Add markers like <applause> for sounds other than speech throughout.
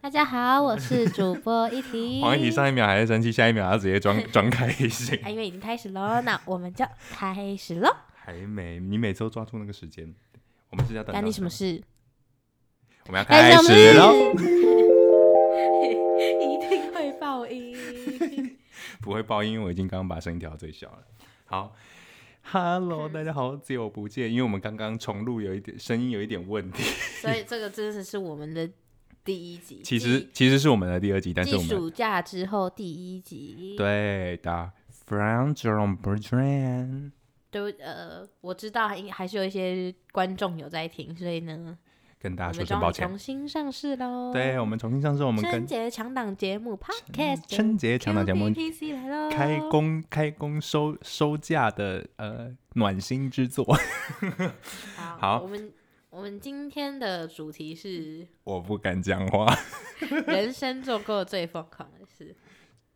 大家好，我是主播一婷。 <laughs> 黄一提上一秒还在生气，下一秒他直接 <laughs> 装装开心。啊，因为已经开始喽，那我们就开始喽。还没，你每次都抓住那个时间。我们是要等到干你什么？事？我们要开始喽！干什么事！ <laughs> 一定会爆音。 <laughs> 不会爆音，因为我已经刚刚把声音调到最小了。好，Hello，大家好久不见，因为我们刚刚重录有一点声音有一点问 <laughs> 题，所以这个真的是我们的第一集，其实其实是我们的第二集，但是继我们暑假之后第一集。对的 f r o m Jerome b e r t r a n 对，呃，我知道还还是有一些观众有在听，所以呢，跟大我家啊说们声终抱于歉重。新上市喽。对，我们重新上市，我们春跟节强档节目 Podcast 的春节强档节目 QPPC 来喽，开工开工收收假的呃暖心之作，好，好我们我们今天的主题是 <laughs> <laughs> 我不敢讲话，人生做过最疯狂的事。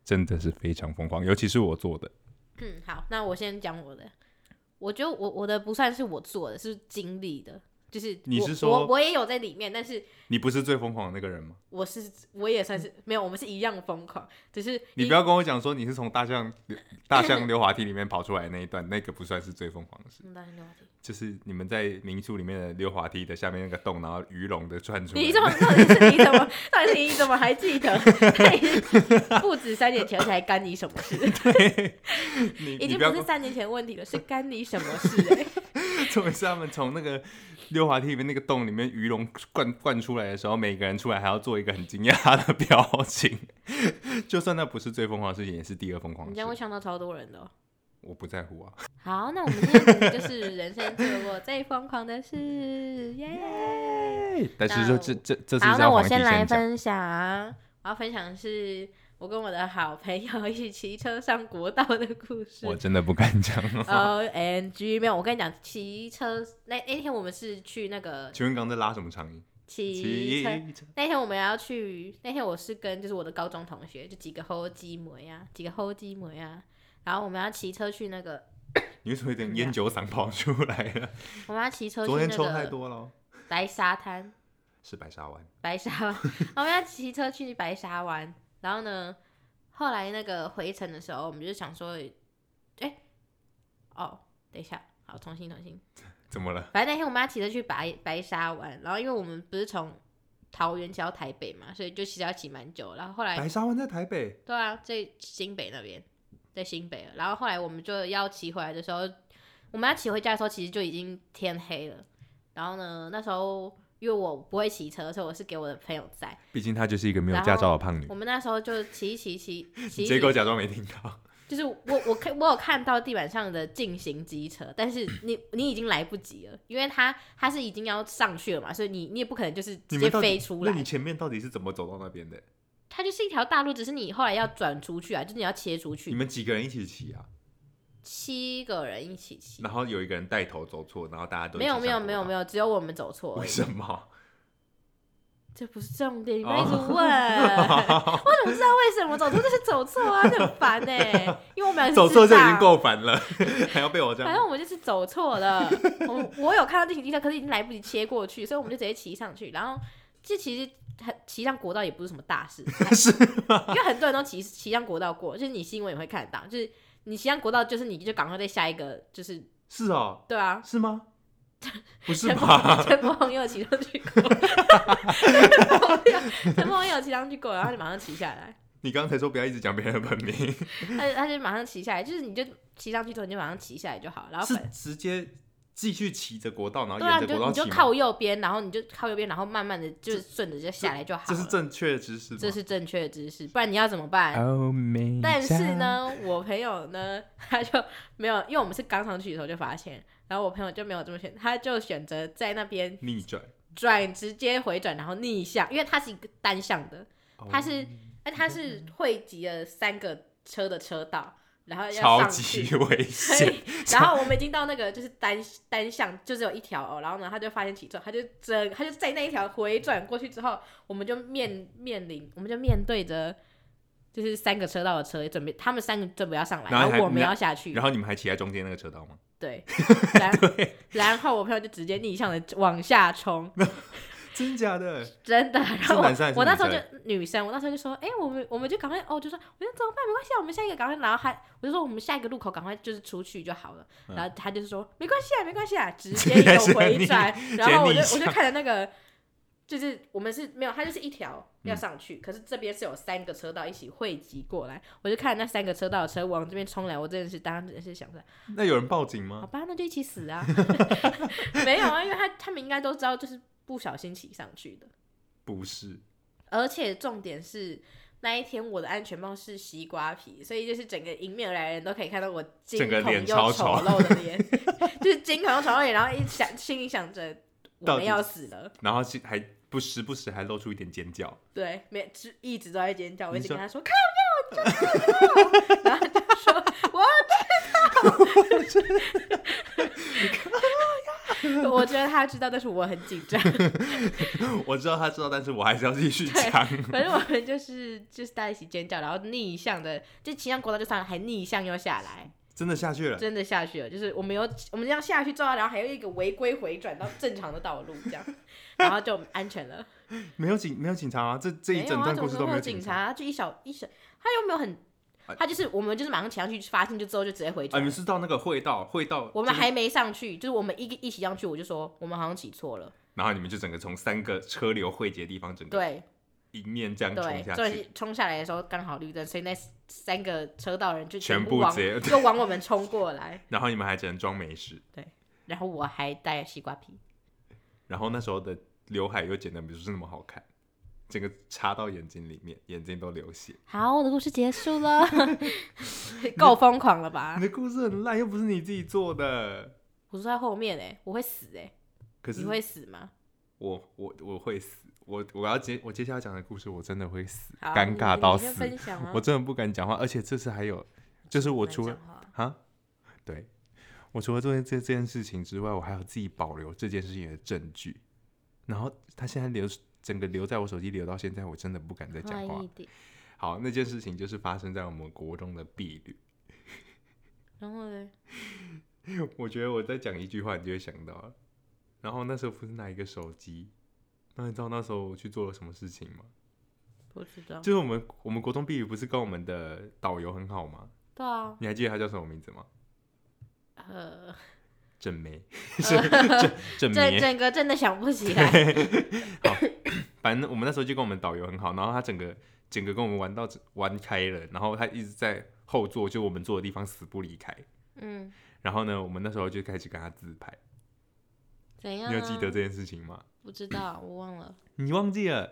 真的是非常疯狂，尤其是我做的，嗯，好，那我先讲我的。我觉得我我的不算是我做的，是经历的，就是你我是说我我也有在里面，但是你不是最疯狂的那个人吗？我是我也算是没有，我们是一样疯狂，只是你一不要跟我讲说你是从大象大象溜滑梯里面跑出来的那一段，那个不算是最疯狂的事，嗯当然有问题就是你们在民宿里面的溜滑梯的下面那个洞，然后鱼龙的窜出来。你怎么到底是你怎么到底是你怎么还记得？ <laughs> 不止三年前才干你什么事， <laughs> 你已你经不要不跟是三年前的问题了，是干你什么事、 <laughs> 欸？重点是他们从那个溜滑梯里面那个洞里面鱼龙灌灌出来的时候，每个人出来还要做一个很惊讶的表情。 <laughs> 就算那不是最疯狂的事情，也是第二疯狂你的这样会事。呛到超多人的、哦。我不在乎啊，好，那我们今天就是 <laughs> 人生做过最疯狂的事，耶、 <laughs> 但是那这这这这是好，那让我黄先帝来讲。分享，我要分享的是我跟我的好朋友一起骑车上国道的故事我。真的不 <laughs> 敢讲。 O N G，没有，我跟你讲，骑车那那天我们是去那个请问刚刚在拉什么长音？骑骑车，那天我们要去，那天我是跟就是我的高中同学，就几个后鸡梅啊，几个后鸡梅啊，然后我们要骑车去那个，你为什么有点烟酒嗓跑出来 <laughs> 了？我们要骑车去昨天抽那太个多了哦，白沙滩。是白沙湾。白沙湾， <laughs> 我们要骑车去白沙湾。然后呢，后来那个回程的时候，我们就想说，哎、哦，等一下，好，重新重新。怎么了？反正那天我们要骑车去白白沙湾，然后因为我们不是从桃园骑到台北嘛，所以就骑车要骑蛮久。然后后来，白沙湾在台北，对啊，在新北那边，在新北了。然后后来我们就要骑回来的时候，我们要骑回家的时候，其实就已经天黑了。然后呢，那时候因为我不会骑车，所以我是给我的朋友载。毕竟她就是一个没有驾照的胖女我，们那时候就骑一骑骑骑一骑，结果假装没听到。就是我我看我有看到地板上的进行机车，但是你 <coughs> 你已经来不及了，因为他他是已经要上去了嘛，所以你你也不可能就是你直接们到底飞出那你来，前面到底是怎么走到那边的？它就是一条大路，只是你后来要转出去啊，就是你要切出你去，们几个人一起骑啊？七个人一起骑，然后有一个人带头走错，然后大家都没有没有没有没有，有，只有我们走错而为已，什 <laughs> 么？这不是重点，你不哦要一直问， <laughs> 我怎么知道为什么走错就是走错啊，这很烦哎、因为我们两个是 <laughs> 走错智就已障经够烦了， <laughs> 还要被我这反样正我们就是走错 <laughs> 了，我我有看到进行机车，可是已经来不及切过去，所以我们就直接骑上去。然后这其实很骑上国道也不是什么大事， <laughs> <laughs> 是因为很多人都骑骑上国道过，就是你新闻也会看到，就是你骑上国道，就是你就赶快再下一个，就是是哦，对啊，<laughs> 是吗？不是陈吧？鹏陈鹏也有骑上去过，陈鹏也陈鹏也有骑上去过，然后他就马上骑下来， <laughs> 你刚才说不要一直讲别人的本名， <laughs> 他就他就马上骑下来，就是你就骑上去之后你就马上骑下来就好，然后是反直接继续骑着国道，然后对啊，沿你着就国你道骑就吗靠右边，然后你就靠右边，然后慢慢的就是顺着就下来就好了。这是正确的知识吗？这是正确的知识，不然你要怎么办？ Oh my 但是，呢，我朋友呢，他就没有，因为我们是刚上去的时候就发现，然后我朋友就没有这么选，他就选择在那边逆转，转，直接回转，然后逆向，因为它是一个单向的，它哦是，而它是汇集了三个车的车道，然后要超上去。级 <laughs> 危所险，以，然后我们已经到那个就是单单向，就只有一条哦。然后呢，他就发现体重，他就整，他就在那一条回转过去之后，我们就面面临，我们就面对着就是三个车道的车，准备他们三个准备要上来，然后然你还后我们你还要下去然。后你们还骑在中间那个车道吗？ <laughs> 对，然然后我朋友就直接逆向的往下冲，真假的？真的。然后是男生还我是我那女时候就生女生，我那时候就说，哎、我们我们就赶快，哦，就说我说怎么办？没关系，啊，我们下一个赶快，然后还我就说我们下一个路口赶快就是出去就好了。嗯然后他就是说没关系啊，没关系啊， <laughs> 直接直接有是回逆转。然后我就直接我逆就看着那个，就是我们是没有，它就是一条嗯要上去，可是这边是有三个车道一起汇集过来，我就看着那三个车道的车往这边冲来，我真的是当时是想说，那有人报警好吗？吧，那就一起死啊！ <laughs> 没有啊，因为他他们应该都知道，就是不小心骑上去的。不是，而且重点是那一天我的安全帽是西瓜皮，所以就是整个迎面而来的人都可以看到我惊整个恐脸又超丑丑陋的脸， <laughs> 就是惊恐又丑陋的脸，然后一想心里想着我到们底要死了，然后是还不时不时还露出一点尖叫，对，没就一直都在尖叫，我一直你说跟他说看不到，我 <laughs> 就看不到，然后他就说我知道，我 <laughs> 觉得他知道，但是我很紧张。 <laughs> 我知道他知道，但是我还是要继续讲。反正我们就是就是大家一起尖叫，然后逆向的，就骑上国道就算了，还逆向又下来，真的下去 <laughs> 了，真的下去了。就是我们有我们这样下去之后，然后还有一个违规回转到正常的道路，这样，然后就安全了。没有警没有警察啊，这 <laughs> 这一没有整啊，段怎故么事可都能会没有警警。察，就一小一小，他又没有很，他就是我们就是马上骑上去发现就之后就直接回哎啊，你转们。是到那个会道，会道，我们就是还没上去，就是我们一个一起上去，我就说我们好像骑错了，然后你们就整个从三个车流汇集的地方，整个对迎面这样嗯冲对，下所去，以冲下来的时候刚好绿灯，所以那三个车道人就全部部往直接，就往我们冲过来，然后你们还只能装没事。然后我还带西瓜皮，然后那时候的刘海又剪得不是那么好看，整个插到眼睛里面，眼睛都流血。好，我的故事结束了， <laughs> 够疯狂了吧你？的故事很烂，又不是你自己做的。我坐在后面哎、我会死哎、可是你会死吗？我我我会死，我我要接我接下来讲的故事，我真的会死，好尴你尬你到你先死，分享啊我真的不敢讲话。而且这次还有，就是我除出了啊，对我除了做这这件事情之外，我还有自己保留这件事情的证据。然后他现在留整个留在我手机留到现在，我真的不敢再讲话一。点，好，那件事情就是发生在我们国中的婢女。然后呢？ <laughs> 我觉得我再讲一句话，你就会想到了。然后那时候不是拿一个手机，那你知道那时候我去做了什么事情吗？不知道，就是我们我们国中婢女不是跟我们的导游很好吗？对啊，你还记得她叫什么名字吗？呃，正妹，是正整正妹。整个真的想不起 <laughs> 来，反正我们那时候就跟我们导游很好，然后她整个整个跟我们玩到玩开了，然后她一直在后座，就我们坐的地方死不离开。嗯，然后呢，我们那时候就开始跟她自拍，怎样、啊你有记得？这件事情吗？不知道，我忘了。你忘记了？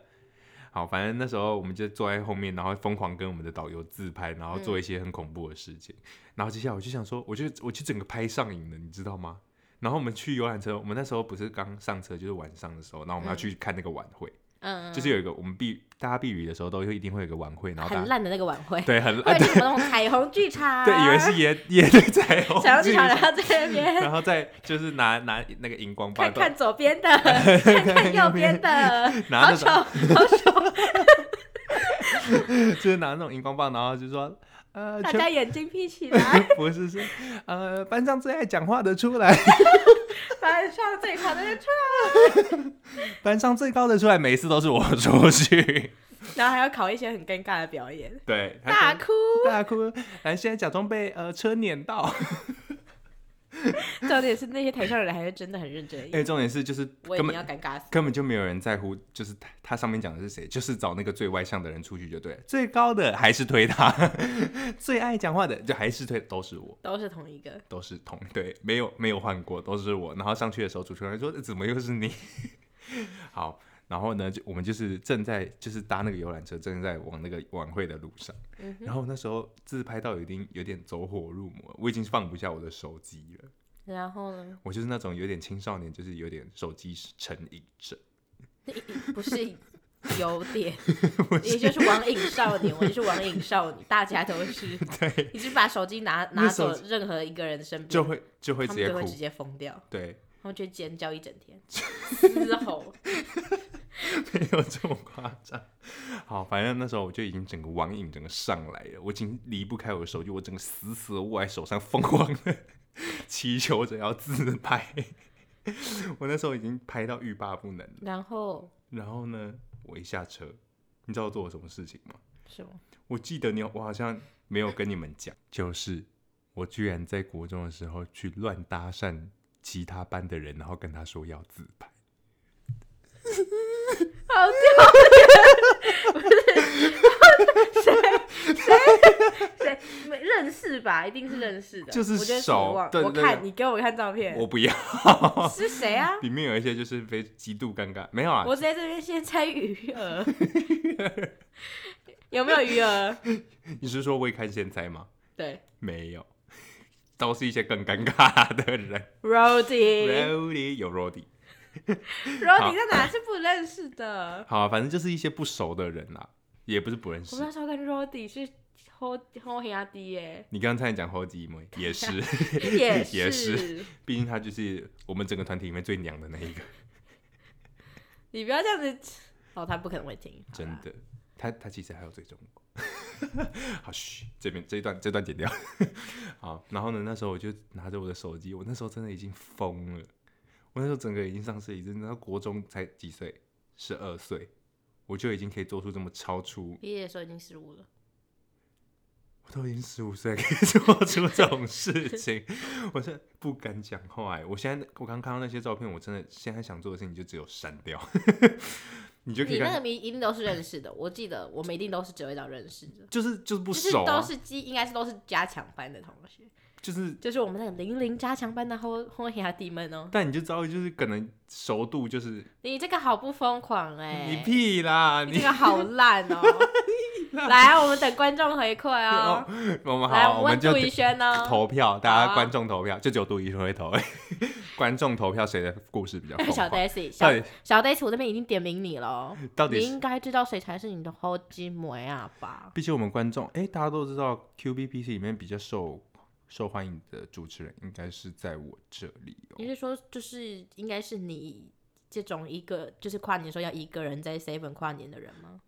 好，反正那时候我们就坐在后面，然后疯狂跟我们的导游自拍，然后嗯做一些很恐怖的事情。然后接下来我就想说，我就我就整个拍上瘾了，你知道吗？然后我们去游览车，我们那时候不是刚上车，就是晚上的时候，然后我们要去看那个晚会，嗯，就是有一个我们避大家避雨的时候都会一定会有一个晚会，然后大很家烂的那个晚 <laughs> 会，对很或啊者对是什么那种彩虹剧场， <laughs> 对，以为是野野队彩虹彩虹剧剧场，场，然后在那边 <laughs> 然后再就是拿拿那个荧光棒看，看左边 <laughs> 的，看看右边的，拿好那丑，种好丑，就是拿那种荧光棒，然后 <laughs> 就说呃大全家眼睛闭起来。 <laughs> <laughs> 不是是，呃，班上最爱讲话的出来， <laughs> 班上最好的就出，班上最高的出来，每次都是我出去。 <laughs> 然后还要考一些很尴尬的表演，对，他大可哭， <laughs> 能大哭，然后现在假装被呃车碾到。 <laughs> 重点是那些台上的人还是真的很认真，哎、重点是就是我一定根本要尴尬死。根本就没有人在乎，就是他他上面讲的是谁，就是找那个最外向的人出去就对了，最高的还是推他， <laughs> 最爱讲话的就还是推，都是我。都是同一个，都是同 <laughs> 对，没有没有换过，都是我。然后上去的时候，主持人说：“怎么又是你？” <laughs> 好，然后呢，就我们就是正在就是搭那个游览车，正在往那个晚会的路上。嗯然后那时候自拍到有点有点走火入魔，我已经放不下我的手机了。然后呢？我就是那种有点青少年，就是有点手机成瘾症。 <laughs> 不是有点，你就是网瘾少年，我就是网瘾少女，大家都是。对，你是把手机拿那拿手走机任何一个人身边，就会就会他直们接就哭会。直接疯掉，对，他们就会尖叫一整 <laughs> 天，嘶吼。没 <laughs> 有这么夸张。好，反正那时候我就已经整个网瘾整个上来了，我已经离不开我的手机，我整个死死的握在手上，疯狂的祈求着要自拍。 <laughs> 我那时候已经拍到欲罢不能了。然后然后呢，我一下车，你知道我做了什么事情吗？什么？我记得你，我好像没有跟你们讲，就是我居然在国中的时候去乱搭讪其他班的人，然后跟他说要自拍。好丢脸！不是，谁谁谁没认识吧？一定是认识的，就是我觉得是熟我忘对我对对看你给我看照片，我不要，是谁啊？里面有一些就是非极度尴尬，没有啊，我在这边先猜鱼饵， <laughs> 有没有鱼饵？你是说未看先猜吗？对没有， <laughs> 都是一些更尴尬的人。 ，Rody，Rody Rody 有 Rody，在哪是不认识的？好、啊，反正就是一些不熟的人啦、也不是不认我识们。那时候跟 Rody 是 Ho Ho 黑阿弟 <laughs> 耶，你刚才讲 Rody 吗也是， <laughs> 也也是毕竟他就是我们整个团体里面最娘的那一个，你不要这样子。哦，他不可能会听，好真啦。的。他他其实还有追踪我。 <laughs> 好，嘘，这边这一段这段剪掉。 <laughs> 好，然后呢，那时候我就拿着我的手机，我那时候真的已经疯了，我那时候整个已经上是已经到国中才几岁，十二岁，我就已经可以做出这么超出，毕业的时候已经失误了，我都已经十五岁可以做出这种事情， <laughs> 我真的不敢讲话哎、我现在我刚看到那些照片，我真的现在想做的事情就只有删掉， <laughs> 你就可你以那看个名一定都是认识的，我记得我们一定都是只会找认识的，就是就是不就是熟、啊都，是基应该是都是加强班的同学，就是，就是我们那个零零加强班的后后黑阿弟们哦。但你就知道，就是可能熟度就是、你这个好不疯狂哎、你屁 <laughs> 啦，你这你个好烂 <laughs> 哦、来啊，我们等观众回馈哦、我们来，好，我问们就杜宇轩哦。投票，大好家啊观众投票，就只有杜医生会投， <laughs> 观众投票谁的故事比较 <laughs> 小疯狂？ Daisy，小到底小 Daisy，我这边已经点名你了哦，到你底是？应该知道谁才是你的后继母啊吧？毕竟我们观众，哎、大家都知道 QBPC 里面比较受受欢迎的主持人，应该是在我这里你哦。是说就是应该是你这种一个就是跨年的时候要一个人在 Seven 跨年的人吗？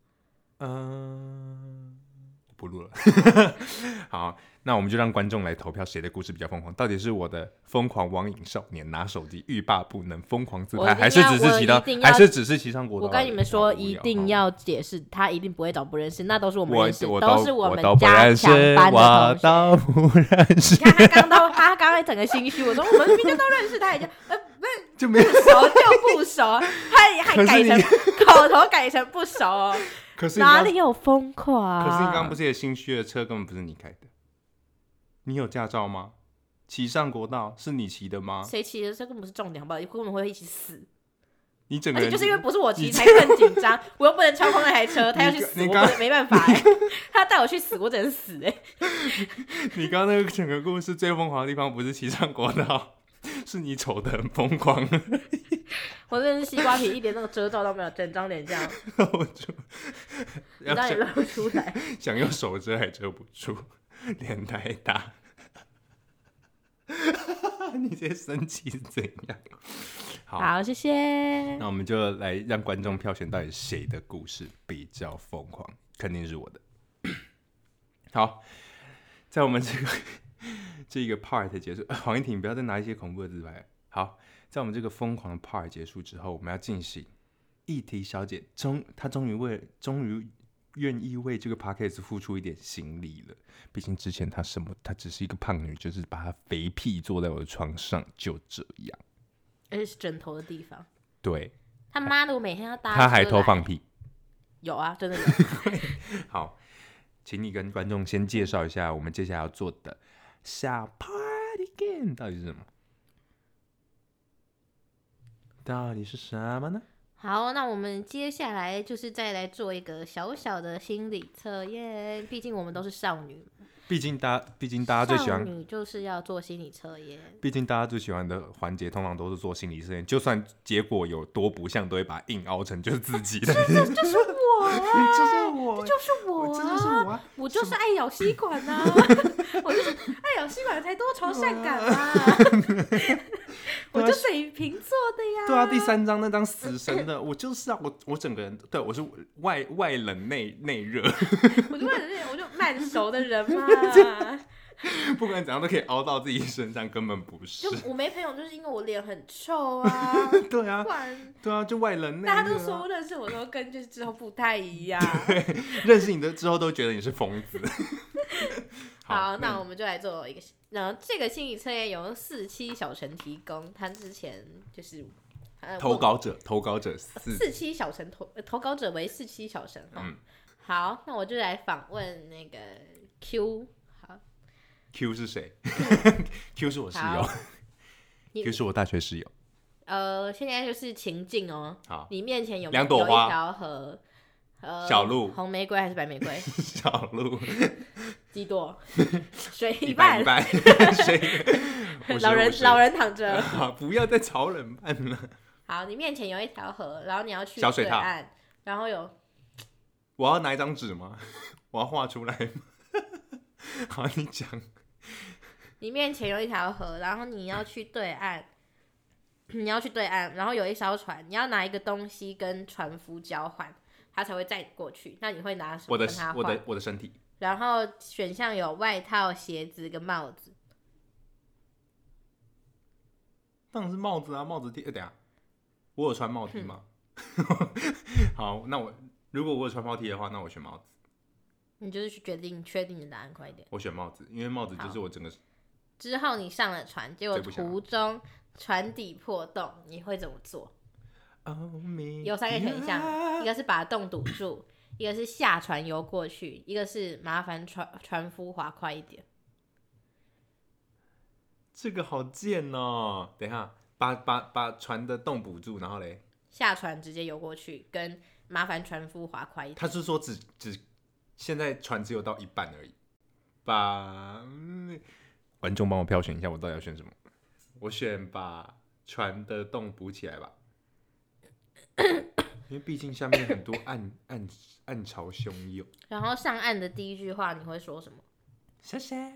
嗯、不录了。 <laughs> 好，那我们就让观众来投票，谁的故事比较疯狂？到底是我的疯狂网瘾少年拿手机欲罢不能、疯狂自我拍，一定还是要只我是骑到一定，要还是只是骑上国道我而已？跟你们说，好无聊一定要解释，他一定不会找不认识，那都是我们我认识，我都是我们都不加认识强班，的我同学。都不认识你， <laughs> 看他刚到，他刚才整个心虚。我说我们明明就都认识，他已经呃就没有。不熟就不熟，他也还可改是你成 <laughs> 口头改成不熟哦，可是你哪刚，可是里有啊疯狂、你刚刚不是也心虚的车根本不是你开的，你有驾照吗？骑上国道是你骑的吗？谁骑的？这根本不是重点，好不好？根本会一起死。你整个而且人啊就是因为不是我骑，你才更紧 <laughs> 张。我又不能操控那台车，他要去死，你我刚不没办法、欸。 <laughs> 他带我去死，我只能死哎、你刚刚那个整个故事最疯狂的地方不是骑上国道，是你丑的很疯狂，我真的是西瓜皮，一点那个遮罩都没有，整张脸这样，我就你 <laughs> 要让你想露出来。想用手遮还遮不住，脸太大。 <laughs> 你这生气是怎样？ <laughs> <laughs> 好，好，谢谢。那我们就来让观众票选到底谁的故事比较疯狂，肯定是我的。 <coughs> 好，在我们这个 <laughs> 这一个 part 结束，呃黄一婷不要再拿一些恐怖的自拍了。好，在我们这个疯狂的 part 结束之后，我们要进行议题小姐终，她终于为终于愿意为这个 podcast 付出一点心力了。毕竟之前她什么，她只是一个胖女，就是把她肥屁坐在我的床上，就这样。而且是枕头的地方。对，他妈的，我每天要搭。她还偷。放屁。有啊，真的有。好，请你跟观众先介绍一下我们接下来要做的小 party game 到底是什么？到底是什么呢？好，那我们接下来就是再来做一个小小的心理测验，毕竟我们都是少女嘛，毕竟大家，毕竟大家最喜少欢，女就是要做心理测 <laughs> 验。毕竟大家最喜欢的环节通常都是做心理测验，就算结果有多不像，都会把它硬凹成就是自己的， <laughs> 就是我啊，是我，就是我这就是啊，我啊。我就是爱咬吸管 <laughs> 呐、我就是爱咬吸管才多愁善感啊，我就水瓶座的呀。对啊，第三张那张死神的，我就是啊，我我整个人，对我是外外冷内内热， <laughs> 我就问人家，我就慢熟的人嘛。不管怎样都可以凹到自己身上，根本不是就。我没朋友，就是因为我脸很臭啊， <laughs> 对啊不，然对啊，就外人那、啊大家都说认识我都跟就是之后不太一样。认识你的之后都觉得你是疯子。 <laughs> 嗯好，那我们就来做一个，那这个心理测验由四七小陈提供，他之前就是呃投稿者，投稿 <laughs> 者四，四七小陈投呃投稿者为四七小陈哈。嗯好，那我就来访问那个 Q。好， Q 是谁 <laughs> ？Q 是我室好 <laughs> 友你，Q 是我大学室友。呃，现在就是情境哦。好，你面前有两朵有一花条河，呃，小鹿红玫瑰还是白玫瑰？小鹿几 <laughs> 朵？水一半半一。<laughs> 半，<laughs> 谁？我室老友人我室友 <laughs> 老人躺着。啊不要再吵冷饭了，好，你面前有一条河，然后你要去小水对獭岸，然后有我要拿一张纸吗？ <laughs> 我要画出来吗？ <laughs> 好，你讲你面前有一条河，然后你要去对岸， <coughs> 你要去对岸，然后有一艘船，你要拿一个东西跟船夫交换，他才会载你过去。那你会拿什我么的跟他我换的？我的身体，然后选项有外套、鞋子跟帽子。当然是帽子啊，帽子 T。呃等一下，我有穿帽 T 吗？ <laughs> 好，那我如果我有穿帽 T 的话，那我选帽子，你就是去决定确定你的答案快一点。我选帽子，因为帽子就是我整个之后你上了船，结果最不想途中船底破洞，你会怎么 <laughs> 做？有有三个选哦项，一个是把洞堵住，一个是下船游过去，一个是麻烦船船夫划快一点。这个好贱哦！等一下，把把把船的洞补住，然后嘞，下船直接游过去，跟麻烦船夫划快一点。他是说只只现在船只有到一半而已。把、嗯观众帮我票选一下，我到底要选什么？我选把船的洞补起 <coughs> 来吧，因为毕竟下面很多暗 <coughs> 暗暗潮汹涌。然后上岸的第一句话你会说什么？谢谢。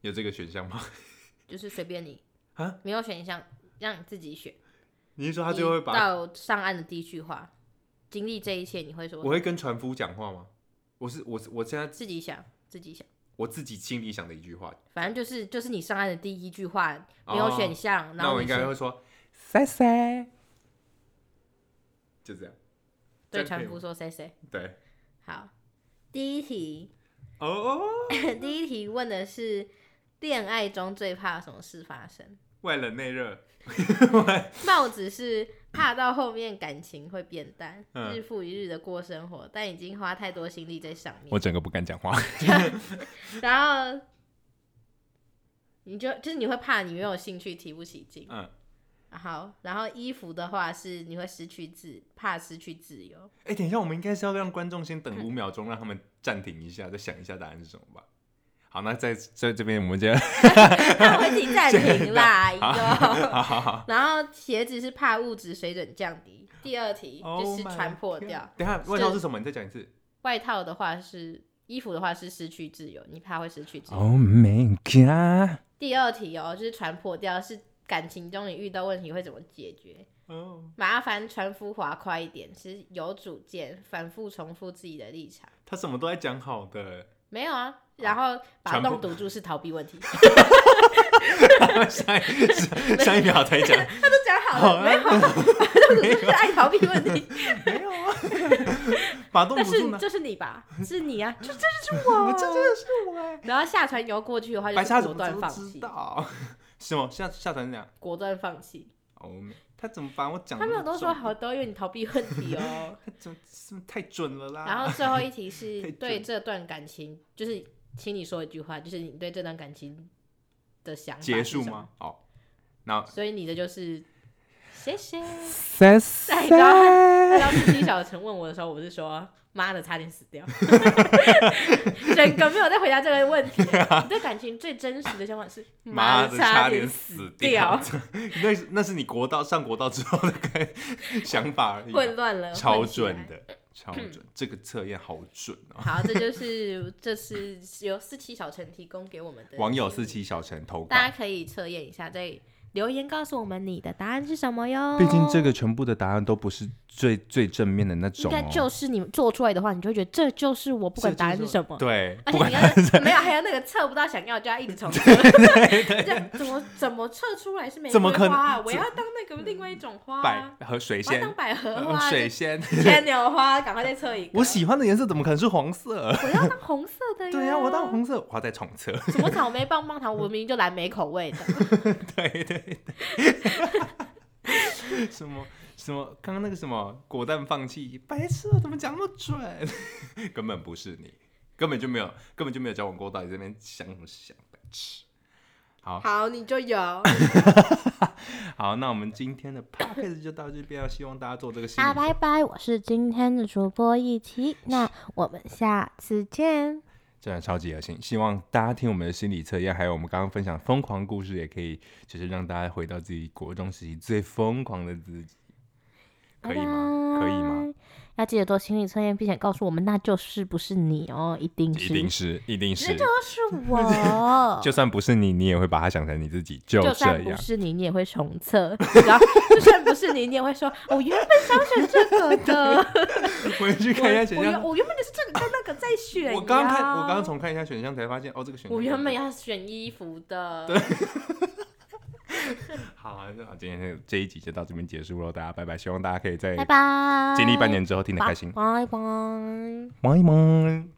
有这个选项 <laughs> 吗？就是随便你啊，没有选项，让你自己选。你是说他最后会你把？到上岸的第一句话，经历这一切你会说我会跟船夫讲话吗？我是我是我现在自己想，自己想，我自己心里想的一句话，反正就是就是你上岸的第一句话没哦有选项，然那后你我应该是会说塞塞，就这样。对这样可船以夫吗说谁谁对，好。第一题， <coughs> 哦哦，第一题问的是恋爱中最怕什么事发生？外冷内热，帽子是怕到后面感情会变淡，嗯日复一日的过生活，但已经花太多心力在上面我。整个不敢讲话。然后你就就是你会怕你没有兴趣，提不起劲。嗯，好，然后衣服的话是你会失去自，怕失去自 <laughs> 由。哎、等一下，我们应该是要让观众先等五秒钟，让他们暂停一下，再想一下答案是什么吧。好，那在在这边我们先，那我已经暂停 <laughs> 啦，哟。好好好。然后鞋子是怕物质水准降低。第二题就 Oh 是 my 穿破 God 掉。等一下，外套是什么？你再讲一次。外套的话是衣服的话是失去自由，你怕会失去自由。 my god！第二题哦，就是船破掉，是感情中你遇到问题会怎么解决？哦，麻烦船夫划快一点，是有主见，反复重复自己的立场。他什么都在讲好的，没有啊，然后把船洞不堵住是逃避问 <laughs> 题，下一下下一秒才讲，他都讲好啊了，没有，把洞堵住是爱逃避问题，没有啊，把洞但补住是呢。就是你 <laughs> 吧，是你啊，就这就是我我，这真的是我哎、然后下船游过去的话，就白沙是怎果么怎断么放知弃，道？是吗？下下船是这样。果断放弃。哦，他怎么把我讲？他没有都说，好都因为你逃避问题哦。他怎么是不是太准了啦？然后最后一题是啊 <laughs> 太对准这段感情，就是请你说一句话，就是你对这段感情的想法结是束什吗？哦，那么？所以你的就是谢谢。塞哎你知道他然后司机小陈问我的时候，我是说妈的，差点死掉， <laughs> 整个没有在回答这个问 <laughs> 题。你对感情最真实的想法是妈的，的，差差点点死死 <laughs> 那是那是你国道上国道之后的概 <laughs> 想法而已混啊，乱了，超混起来准。 <clears throat> 的，超准。这个测验好准哦！好，这就是这次由四七小陈提供给我们的网友心四理七小陈投稿大，家可以测验一下，在留言告诉我们你的答案是什么哟。毕竟这个全部的答案都不是最最正面的那应种、该哦，就是你做出来的话，你就会觉得这就是我，不管答案是什么。对，而不且管你要 <laughs> 没有，还有那个测不到想要，就要一直 <laughs> 重测。这怎么怎么测出来是玫怎瑰么可花、啊？能我要当那个另外一种花、百啊，和水我要仙当，百合呃花、啊水仙，牵牛花，赶快再测一 <laughs> 个。我喜欢的颜色怎么可能是黄色？我要当红色的呀。 <laughs> 对呀、啊我当红色，我要再重测。 <laughs> 什么草莓棒棒糖，我明明就蓝莓口味的。对对 <laughs> 对，什么什么，刚刚那个什么果断放弃，白痴啊，怎么讲那么准？ <laughs> 根本不是你，根本就没有，根本就没有交往过，到底这边想什么想，白痴。好好，你就有。好，那我们今天的 podcast 就到这边了，希望大家做这个心理啊，拜拜！我是今天的主播一奇，那我们下次见。真的超级恶心。希望大家听我们的心理测验，还有我们刚刚分享疯狂故事，也可以就是让大家回到自己国中时期最疯狂的自己，可以吗？可以吗？？要记得做心理测验，并且告诉我们那就是不是你哦，一定一是，定是，一定是。。是我 <laughs> 就算不是你，你也会把它想成你自己，<laughs> 就就这算不样。是你，你也会重测； <laughs> 然后就算不是你，你也会说：“我原本想选这个 <laughs> 的， <laughs> 我要去看一下我选我原项。我原本就是这个跟那个在选呀。”我刚刚看，我刚刚重看一下选项，才发现哦，这个选项。我原本要选衣服的。好啊，那今天的这一集就到这边结束了，大家拜拜。希望大家可以在拜拜，经历半年之后听得开心。拜拜。拜拜。